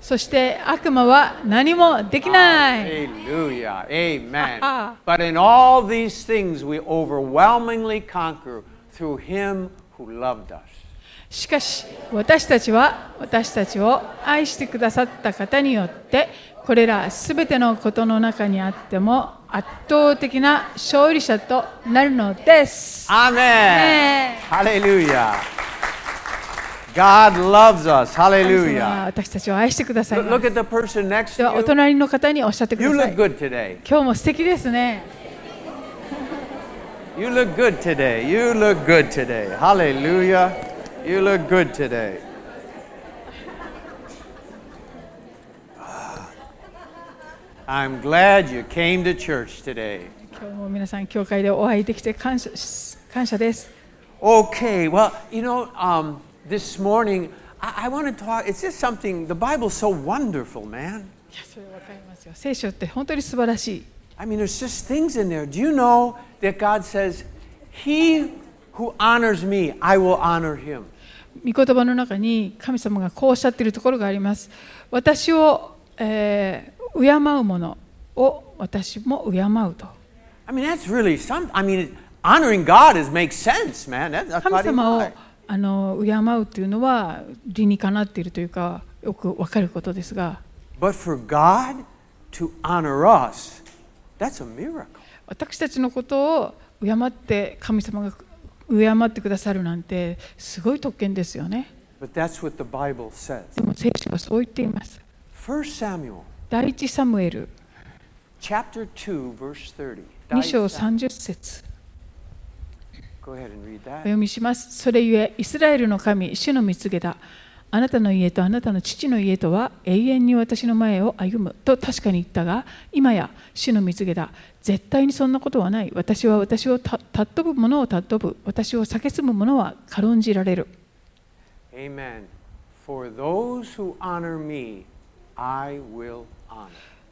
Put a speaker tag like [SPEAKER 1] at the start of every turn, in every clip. [SPEAKER 1] そして悪魔は何もできない。
[SPEAKER 2] Hallelujah. Amen.
[SPEAKER 1] Ah.
[SPEAKER 2] but in all these things, we overwhelmingly conquer through him who loved us.
[SPEAKER 1] しかし私たちは私たちを愛してくださった方によってこれらすべてのことの中にあっても圧倒的な勝利者となるのです。
[SPEAKER 2] Amen.
[SPEAKER 1] Amen.
[SPEAKER 2] Hallelujah. God loves us.
[SPEAKER 1] 神様は
[SPEAKER 2] Hallelujah.
[SPEAKER 1] 私たちを愛してください
[SPEAKER 2] Look,
[SPEAKER 1] ま
[SPEAKER 2] look
[SPEAKER 1] す。
[SPEAKER 2] at the person next
[SPEAKER 1] ではお
[SPEAKER 2] to
[SPEAKER 1] 隣の方におっしゃってく
[SPEAKER 2] you. You
[SPEAKER 1] ださ
[SPEAKER 2] look
[SPEAKER 1] い。
[SPEAKER 2] good today.
[SPEAKER 1] 今日も素敵ですね。
[SPEAKER 2] You look good today. You look good today. Hallelujah. You look good today. Ah. I'm glad you came to church today.
[SPEAKER 1] 今日も皆さん教会でお会いできて感謝感謝です。
[SPEAKER 2] Okay, well, you know, um, this morning I, I want to talk. It's just something, the Bible's so wonderful, man.
[SPEAKER 1] いやそれわかりますよ。聖書って本当に素晴らしい。
[SPEAKER 2] I mean, there's just things in there. Do you know that God says, He who honors me, I will honor him?
[SPEAKER 1] 御言葉の中に神様がこうおっしゃっているところがあります。私を、えー敬う者を私も敬うと。
[SPEAKER 2] I mean, that's really some. I mean, honoring God is makes sense, man. That, that's
[SPEAKER 1] 神
[SPEAKER 2] bloody
[SPEAKER 1] 様を
[SPEAKER 2] right.
[SPEAKER 1] あの敬うというのは理にかなっているというかよくわかることですが
[SPEAKER 2] But for God to honor us, that's a miracle.
[SPEAKER 1] 私たちのことを敬って神様が敬ってくださるなんてすごい特権ですよね。
[SPEAKER 2] But that's what the Bible says.
[SPEAKER 1] でも聖書はそう言っています。
[SPEAKER 2] 1 Samuel
[SPEAKER 1] 第一サムエル
[SPEAKER 2] chapter 2, verse 30.
[SPEAKER 1] 2章30節
[SPEAKER 2] Go ahead and read
[SPEAKER 1] お
[SPEAKER 2] that.
[SPEAKER 1] 読みします。それゆえ、イスラエルの神、主の見つだ。あなたの家とあなたの父の家とは永遠に私の前を歩むと確かに言ったが、今や主の見つだ。絶対にそんなことはない。私は私をた尊ぶ者を尊ぶ。私を蔑む者は軽んじられる。
[SPEAKER 2] Amen. For those who honor me, I will honor.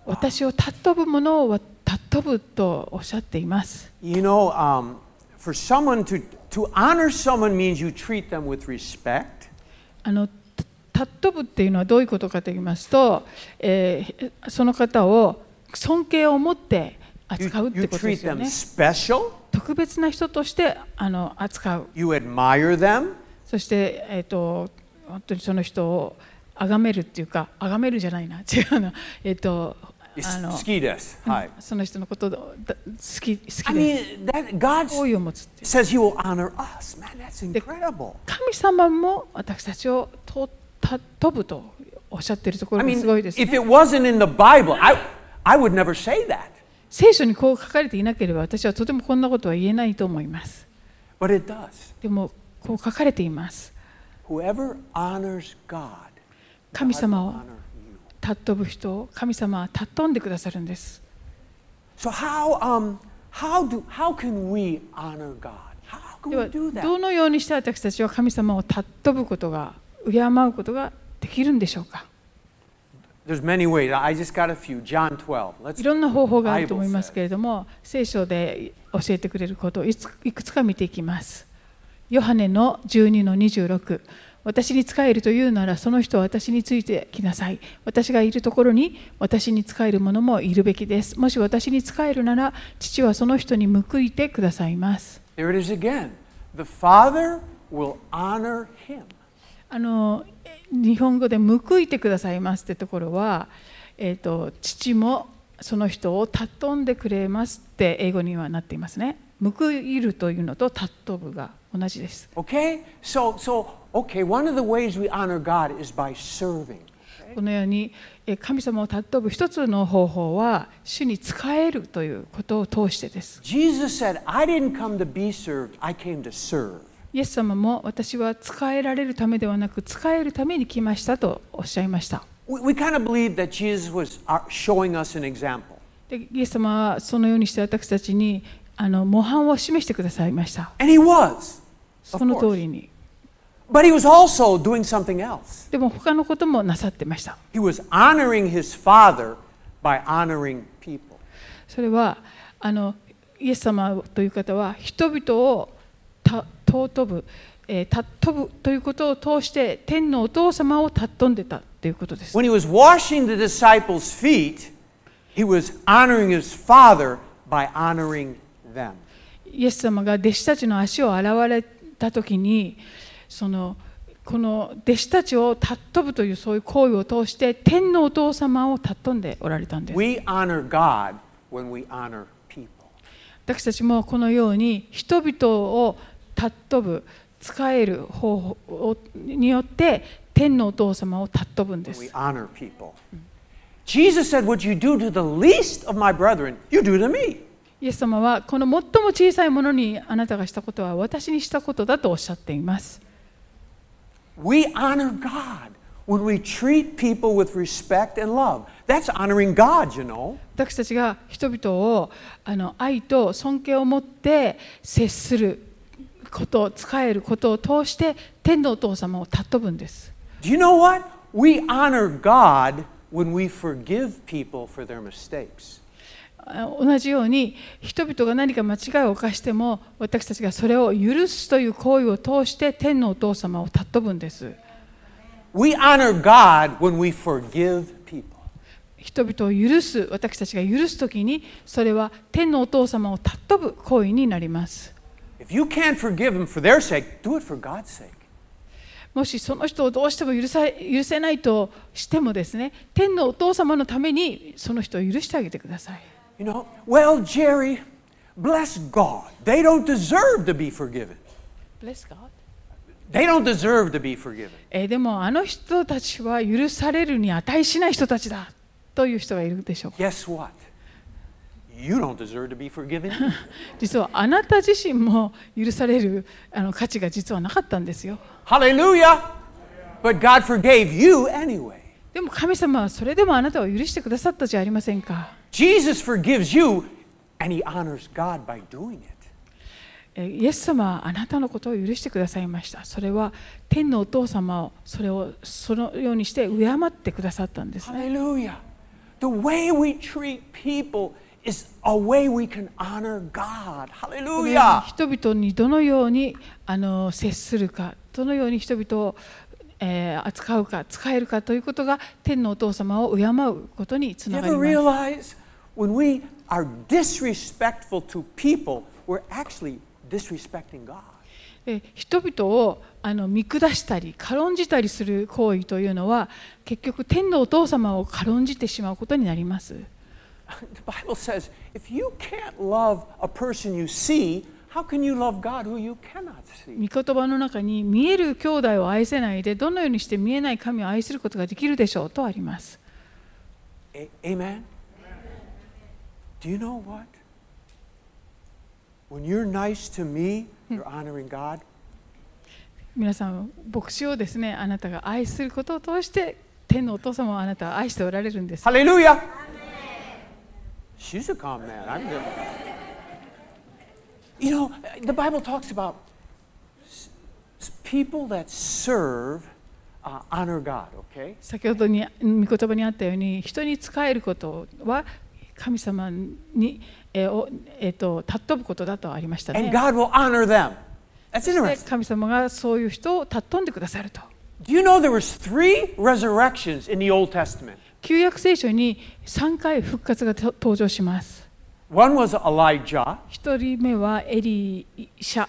[SPEAKER 1] 私を尊ぶ者を尊ぶとおっしゃっています。
[SPEAKER 2] You know, um, for someone to, to honor someone means you treat them with respect.
[SPEAKER 1] あのた尊ぶっていうのはどういうことかと言いますと、えーその方を尊敬を持って
[SPEAKER 2] You,
[SPEAKER 1] 扱うって
[SPEAKER 2] you
[SPEAKER 1] ことで
[SPEAKER 2] treat
[SPEAKER 1] すよ
[SPEAKER 2] them
[SPEAKER 1] ね。
[SPEAKER 2] special.
[SPEAKER 1] 特別な人としてあの扱う
[SPEAKER 2] You admire them.
[SPEAKER 1] そして、えー、と本当にその人を崇めるっていうか崇めるじゃないな違うのえっ、とあの、
[SPEAKER 2] 好きです。はい。
[SPEAKER 1] その人のことをだ好き好きです、
[SPEAKER 2] I mean, that God
[SPEAKER 1] 好意を持つっていう
[SPEAKER 2] says He will honor us. Man, that's incredible.
[SPEAKER 1] 神様も私たちをとた飛ぶとおっしゃってるとこ
[SPEAKER 2] I
[SPEAKER 1] ろが
[SPEAKER 2] mean,
[SPEAKER 1] すごいです、ね
[SPEAKER 2] if it wasn't in the Bible, I, I would never say that.
[SPEAKER 1] 聖書にこう書かれていなければ私はとてもこんなことは言えないと思います
[SPEAKER 2] But it does.
[SPEAKER 1] でもこう書かれています
[SPEAKER 2] Whoever honors God,
[SPEAKER 1] 神
[SPEAKER 2] God will
[SPEAKER 1] 様を
[SPEAKER 2] honor you.
[SPEAKER 1] 尊ぶ人を神様は尊んでくださるんです
[SPEAKER 2] So how um how do how can we honor God? How can
[SPEAKER 1] では
[SPEAKER 2] we do that?
[SPEAKER 1] どのようにして私たちは神様を尊ぶことが敬うことができるんでしょうか
[SPEAKER 2] There's many ways. I just got a few. John 12.
[SPEAKER 1] い
[SPEAKER 2] Let's
[SPEAKER 1] ろんな方法があると思いますけれども聖書で教えてくれることをいついくつか見ていきますヨハネの12の26私に仕えるというならその人は私についてきなさい私がいるところに私に仕える者もいるべきですもし私に仕えるなら父はその人に報いてくださいます
[SPEAKER 2] There it is again. The Father will honor him.
[SPEAKER 1] あのえ日本語で「報いてくださいます」ってところは、えーと「父もその人を尊んでくれます」って英語にはなっていますね。報いるというのと尊ぶが同じです。
[SPEAKER 2] Okay? So so okay, one of the ways we honor God is by serving.
[SPEAKER 1] このようにえ神様を尊ぶ一つの方法は主に仕えるということを通してです。
[SPEAKER 2] Jesus said, I didn't come to be served, I came to serve.
[SPEAKER 1] イエス様も私は仕えられるためではなく仕えるために来ましたとおっしゃいました。
[SPEAKER 2] We, we kind of believe that Jesus was uh, showing us an example.
[SPEAKER 1] でイエス様はそのようにして私たちにあの模範を示してくださいました
[SPEAKER 2] And he was.
[SPEAKER 1] その通りに
[SPEAKER 2] But he was also doing something else.
[SPEAKER 1] でも他のこともなさってました
[SPEAKER 2] He was honoring his father by honoring people.
[SPEAKER 1] それはあのイエス様という方は人々をた尊ぶ、えー、尊ぶということを通して天のお父様を尊んでたということです
[SPEAKER 2] When he was washing the disciples' feet, he was honoring his father by honoring them.
[SPEAKER 1] イエス様が弟子たちの足を洗われた時にそのこの弟子たちを尊ぶというそういう行為を通して天のお父様を尊んでおられたんです
[SPEAKER 2] We honor God when we honor people.
[SPEAKER 1] 私たちもこのように人々を尊ぶ使える方法をによって天のお父様を尊ぶんで
[SPEAKER 2] when
[SPEAKER 1] す
[SPEAKER 2] we honor people. Jesus said, What you do to the least of my brethren, you do to me.
[SPEAKER 1] イエス様はこの最も小さいものにあなたがしたことは私にしたことだとおっしゃっています
[SPEAKER 2] We honor God when we treat people with respect and love. That's honoring God, you know.
[SPEAKER 1] 私たちが人々をあの愛と尊敬を持って接すること使えることを通して天のお父様を尊ぶんです
[SPEAKER 2] Do you know what? We honor God when we forgive people for their mistakes.
[SPEAKER 1] あ同じように人々が何か間違いを犯しても私たちがそれを許すという行為を通して天のお父様を尊ぶんです
[SPEAKER 2] We honor God when we forgive people.
[SPEAKER 1] 人々を許す私たちが許す時にそれは天のお父様を尊ぶ行為になります
[SPEAKER 2] If you can't forgive them for their sake, do it for God's sake.
[SPEAKER 1] もしその人をどうしても許さ許せないとしてもですね天のお父様のためにその人を許してあげてください
[SPEAKER 2] You know, well, Jerry, bless God. They don't deserve to be forgiven.
[SPEAKER 1] Bless God.
[SPEAKER 2] They don't deserve to be forgiven.
[SPEAKER 1] えーでもあの人たちは許されるに値しない人たちだという人がいるでしょうか
[SPEAKER 2] Guess what? You don't deserve to be forgiven. either.
[SPEAKER 1] 実はあなた自身も許されるあの価値が実はなかったんですよ
[SPEAKER 2] Hallelujah! But God forgave you anyway.
[SPEAKER 1] でも神様はそれでもあなたを許してくださったじゃありませんか、
[SPEAKER 2] Jesus forgives you, and He honors God by doing it.
[SPEAKER 1] えーイエス様はあなたのことを許してくださいましたそれは天のお父様をそれをそのようにして敬ってくださったんですね
[SPEAKER 2] Hallelujah! The way we treat people is a way we can honor God.
[SPEAKER 1] このよう
[SPEAKER 2] Hallelujah!
[SPEAKER 1] に人々にどのようにあの接するかどのように人々を、えー扱うか使えるかということが天のお父様を敬うことにつ
[SPEAKER 2] You
[SPEAKER 1] なが
[SPEAKER 2] ever
[SPEAKER 1] りま
[SPEAKER 2] realize
[SPEAKER 1] す
[SPEAKER 2] when we are disrespectful to people, we're actually disrespecting God.
[SPEAKER 1] で人々をあの見下したり軽んじたりする行為というのは結局天のお父様を軽んじてしまうことになります。
[SPEAKER 2] The Bible says if you can't love a person you see, how can you love God who you cannot see?
[SPEAKER 1] 御言葉の中に見える兄弟を愛せないでどのようにして見えない神を愛することができるでしょうとあります。
[SPEAKER 2] A- amen? Do you know what? When you're nice to me, you're honoring God.
[SPEAKER 1] 皆さん牧師をですねあなたが愛することを通して天のお父様をあなたは愛しておられるんです。
[SPEAKER 2] Hallelujah! She's a calm man. I'm good. You know, the Bible talks about s- s- people that serve uh, honor God, okay?
[SPEAKER 1] 先ほどに御言葉にあったように人に仕えることは神様に、えーおえーと尊ぶことだとありました
[SPEAKER 2] And
[SPEAKER 1] ね。
[SPEAKER 2] God will honor them. That's
[SPEAKER 1] で
[SPEAKER 2] interesting.
[SPEAKER 1] 神様がそういう人を尊んでくださると
[SPEAKER 2] Do you know there was three resurrections in the Old Testament?
[SPEAKER 1] 旧約聖書に3回復活がと登場します
[SPEAKER 2] One was Elijah.
[SPEAKER 1] 1人目はエリシャ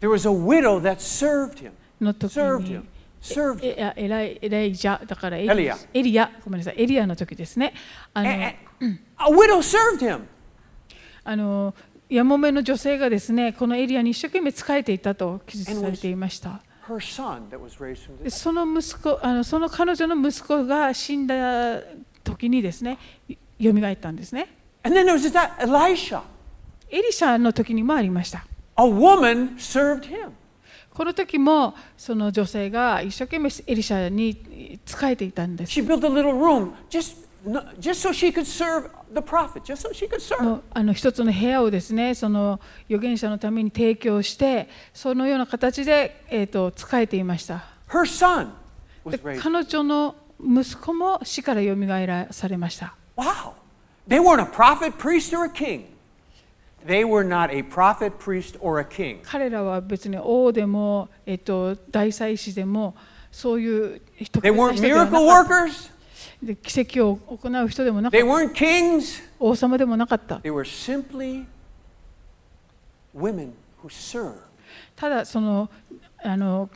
[SPEAKER 2] There was a widow that served him.
[SPEAKER 1] の時
[SPEAKER 2] Served
[SPEAKER 1] に
[SPEAKER 2] him. Served him.
[SPEAKER 1] えあエライエライジャだからエ
[SPEAKER 2] エリア
[SPEAKER 1] エリアごめんなさいエリアの時ですねあ
[SPEAKER 2] A,
[SPEAKER 1] の
[SPEAKER 2] a- a widow served him.
[SPEAKER 1] あのやもめの女性がですねこのエリアに一生懸命仕えていたと記述されていました
[SPEAKER 2] Her son that was raised from
[SPEAKER 1] で
[SPEAKER 2] the
[SPEAKER 1] その息子あのその彼女の息子が死んだ時にですねよみがえったんですね
[SPEAKER 2] And then there was that Elisha.
[SPEAKER 1] エリシャの時にもありました
[SPEAKER 2] A woman served him.
[SPEAKER 1] この時もその女性が一生懸命エリシャに仕えていたんです。
[SPEAKER 2] She built a little room just no, just so she could serve the prophet, just so she could serve.
[SPEAKER 1] のあの一つの部屋をですねその預言者のために提供してそのような形で、えー、と仕えていました
[SPEAKER 2] Her son
[SPEAKER 1] で
[SPEAKER 2] was raised.
[SPEAKER 1] 彼女の息子も死からよみがえらされました
[SPEAKER 2] Wow. They weren't a prophet, priest, or a king. They were not a prophet, priest, or a king.
[SPEAKER 1] 彼らは別に王でも、えっと、大祭司でもそういう人
[SPEAKER 2] They
[SPEAKER 1] な
[SPEAKER 2] weren't
[SPEAKER 1] 人ではな
[SPEAKER 2] miracle
[SPEAKER 1] かった
[SPEAKER 2] workers.
[SPEAKER 1] で奇跡を行う人でもなかっ
[SPEAKER 2] They
[SPEAKER 1] た
[SPEAKER 2] weren't kings.
[SPEAKER 1] 王様でもなかった
[SPEAKER 2] They were simply women who served.
[SPEAKER 1] ただそのあの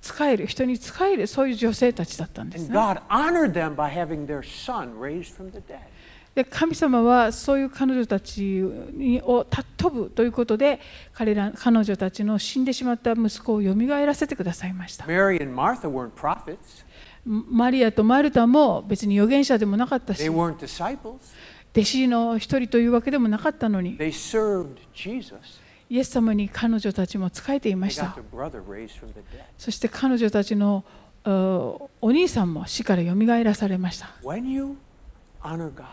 [SPEAKER 1] 使える人に使えるそういう女性たちだったんです
[SPEAKER 2] And
[SPEAKER 1] ね
[SPEAKER 2] God honored them by having their son raised from the dead.
[SPEAKER 1] で神様はそういう彼女たちにを尊ぶということで彼ら彼女たちの死んでしまった息子をよみがえらせてくださいました
[SPEAKER 2] Mary and Martha weren't prophets.
[SPEAKER 1] マリアとマルタも別に預言者でもなかったし
[SPEAKER 2] They weren't disciples.
[SPEAKER 1] 弟子の一人というわけでもなかったのに
[SPEAKER 2] They served Jesus.
[SPEAKER 1] イエス様に彼女たちも仕えていま
[SPEAKER 2] They
[SPEAKER 1] し
[SPEAKER 2] got
[SPEAKER 1] た
[SPEAKER 2] their brother raised from the dead.
[SPEAKER 1] そして彼女たちのうーお兄さんも死からよみがえらされました
[SPEAKER 2] When you honor God,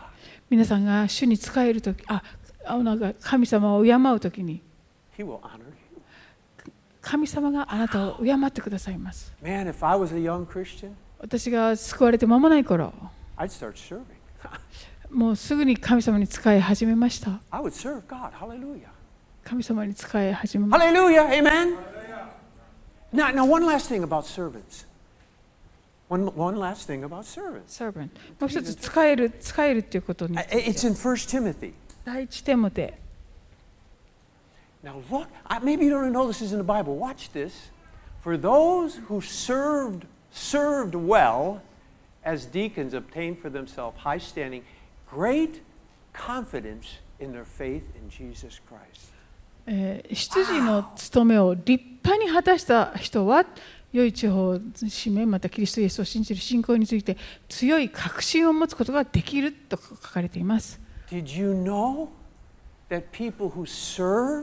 [SPEAKER 1] 皆さんが主に仕える時ああなんか神様を敬う時に
[SPEAKER 2] He will honor you.
[SPEAKER 1] 神様があなたを敬ってくださいます
[SPEAKER 2] Man, if I was a young Christian,
[SPEAKER 1] 私が救われて間もない頃
[SPEAKER 2] I'd start serving.
[SPEAKER 1] もうすぐに神様に仕え始めました
[SPEAKER 2] I would serve God. Hallelujah.
[SPEAKER 1] 神様に仕え始めまし
[SPEAKER 2] Hallelujah. Amen. Now, now one last thing about servants. One, one last thing about servants.
[SPEAKER 1] た servant もう一つ使える使えるということに
[SPEAKER 2] I- It's in 1 Timothy.
[SPEAKER 1] 第一テモテ
[SPEAKER 2] Now, look, I, maybe you don't know this is in the Bible. Watch this. For those who served, served well as deacons obtained for themselves high standing, great confidence in their faith in Jesus Christ.
[SPEAKER 1] えー執事の務めを立派に果たした人は良い地方を使命またキリストイエスを信じる信仰について強い確信を持つことができると書かれています
[SPEAKER 2] Did you know that people who serve